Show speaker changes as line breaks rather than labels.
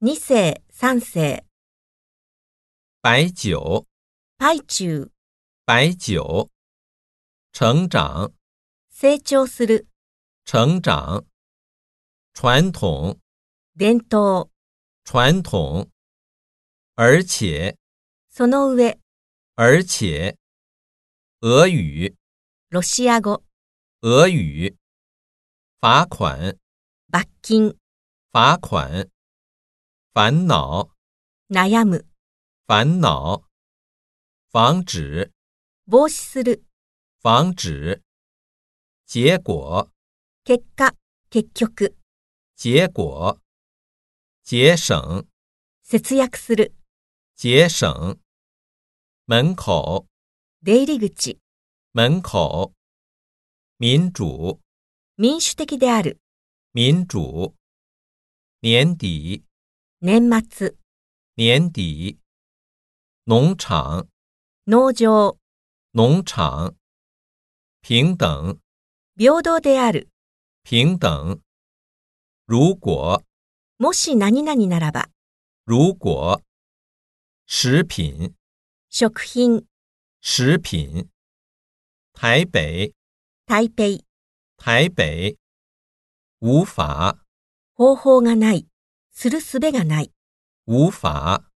二世、三世、
白酒，
パイチュー、
白酒。成长，
成長する、
成长。传统，
伝統、
传统。而且，
その上、
而且。俄语，
ロシア語、
俄语。罚款，
罰金、
罚款。烦恼，
悩む、
烦恼。防止，
防止する、
防止。结果，
結果、結局、
结果。节省，
節約する、
节省。门口，
出入り口、
门口。民主，
民主的である、
民主。年底，
年末、
年底。农场，
農場、
农场。平等，
平等である、
平等。如果，
もし何々ならば、
如果。食品，
食品、
食品。台北，
台北、
台北。无法，
方法がない、するすべがない。
无法。